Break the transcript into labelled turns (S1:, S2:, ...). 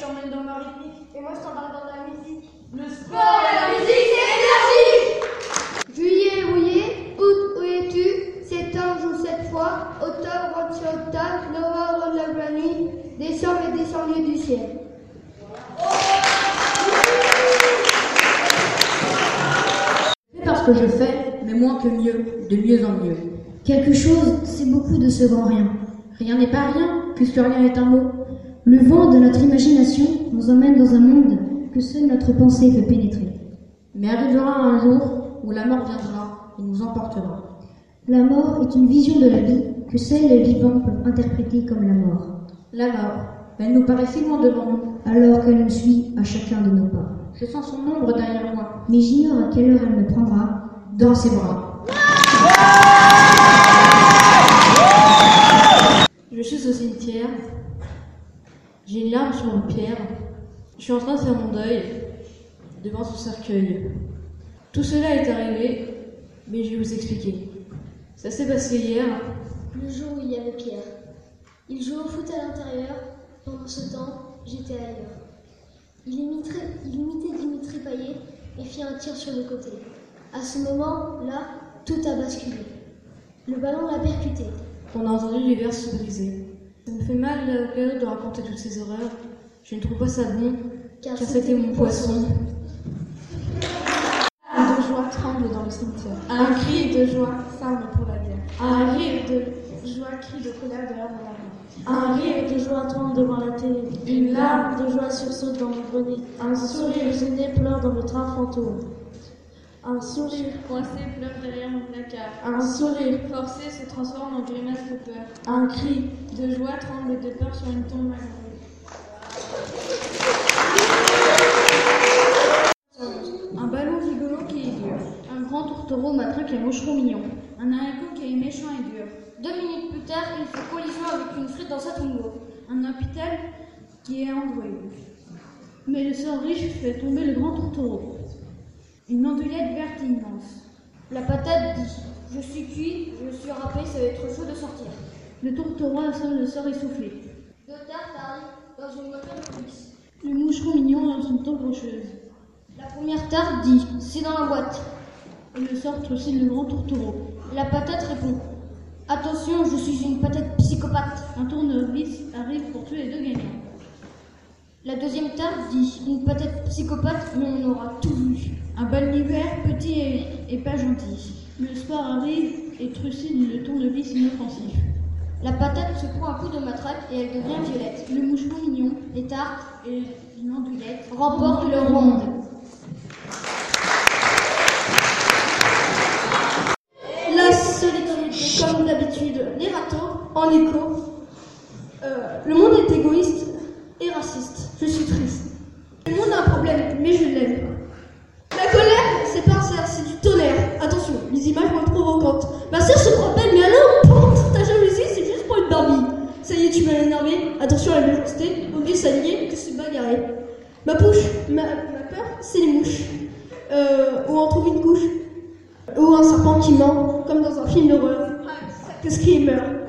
S1: t'emmène dans ma rythmique.
S2: Et moi, je t'embarque dans la musique.
S1: Le sport
S2: la musique, c'est l'énergie Juillet rouillé, août où es-tu Septembre joue cette fois, octobre rentre sur octave, novembre rentre la la nuit, décembre est descendu du ciel.
S3: Je fais parce que je fais, mais moins que mieux, de mieux en mieux.
S4: Quelque chose, c'est beaucoup de ce grand rien.
S3: Rien n'est pas rien, puisque rien est un mot.
S4: Le vent de notre imagination nous emmène dans un monde que seule notre pensée peut pénétrer.
S3: Mais arrivera un jour où la mort viendra et nous emportera.
S4: La mort est une vision de la vie que seuls les vivants peuvent interpréter comme la mort,
S3: La mort, elle nous paraît si loin devant nous.
S4: alors qu'elle nous suit à chacun de nos pas.
S3: Je sens son ombre derrière moi,
S4: Mais j'ignore à quelle heure elle me prendra.
S3: dans ses bras. Je suis au cimetière. J'ai une larme sur une pierre. Je suis en train de faire mon deuil devant son cercueil. Tout cela est arrivé, mais je vais vous expliquer. Ça s'est passé hier.
S5: Le jour où il y avait Pierre. Il jouait au foot à l'intérieur. Pendant ce temps, j'étais ailleurs. Il imitait, il imitait Dimitri Payet et fit un tir sur le côté. À ce moment-là, tout a basculé. Le ballon l'a percuté.
S3: On a entendu l'hiver se briser. Ça me fait mal euh, au cœur de raconter toutes ces horreurs. Je ne trouve pas ça bon, car c'était mon poisson.
S6: De joie tremble dans le cimetière.
S3: Un
S6: cri de joie s'arme pour la guerre.
S3: Un
S6: cri de joie cri de colère de l'âme à
S3: Un
S6: rire de joie tremble devant la télé. Une larme de joie sursaute dans mon grenier. Un sourire gêné pleure dans le train fantôme. Un sourire
S7: Coincé pleure derrière mon placard.
S6: un sourire,
S7: Forcé se transforme en grimace de peur.
S6: un cri,
S7: De joie tremble de peur sur une tombe malheureuse.
S3: Un ballon rigolo qui est dur. Un grand tourtereau matraque un moucheron mignon. Un haricot qui est méchant et dur.
S2: Deux minutes plus tard, il fait collision avec une frite dans sa tombeau.
S3: Un hôpital qui est envoyé. Mais le sort riche fait tomber le grand tourtereau. Une andouillette verte immense.
S2: La patate dit Je suis cuit, je suis râpé, ça va être chaud de sortir.
S3: Le tourtereau assomme le sort essoufflé.
S2: De tard, t'arrives dans une voiture de police.
S3: Le moucheron mignon dans une tombe rocheuse.
S2: La première tarte dit C'est dans la boîte.
S3: Et le sort aussi le grand tourtereau.
S2: La patate répond Attention, je suis une patate psychopathe.
S3: Un tournevis arrive pour tuer les deux gagnants.
S2: La deuxième tarte dit Une patate psychopathe, mais on aura tout vu.
S3: Un balnivers petit et, et pas gentil. Le sport arrive et trucide le tournevis inoffensif.
S2: La patate se prend un coup de matraque et elle devient violette.
S3: Le moucheron mignon
S2: Les tartes
S3: et une andouillette
S2: remportent le round.
S6: La solidarité, comme d'habitude, les râteaux, en écho. Euh, le monde est égoïste et raciste. Je suis triste. Le monde a un problème, mais je l'aime. La colère, c'est pas ça, c'est du tonnerre. Attention, les images vont être provocantes. Ma sœur se rappelle, mais alors, pente, ta jalousie, c'est juste pour une Barbie. Ça y est, tu m'as énervé. Attention à la méchanceté, oubliez s'aligner, que se bagarrer. Ma bouche, ma, ma peur, c'est les mouches. Euh, on en trouve une couche. Ou un serpent qui ment, comme dans un film d'horreur. Que Screamer.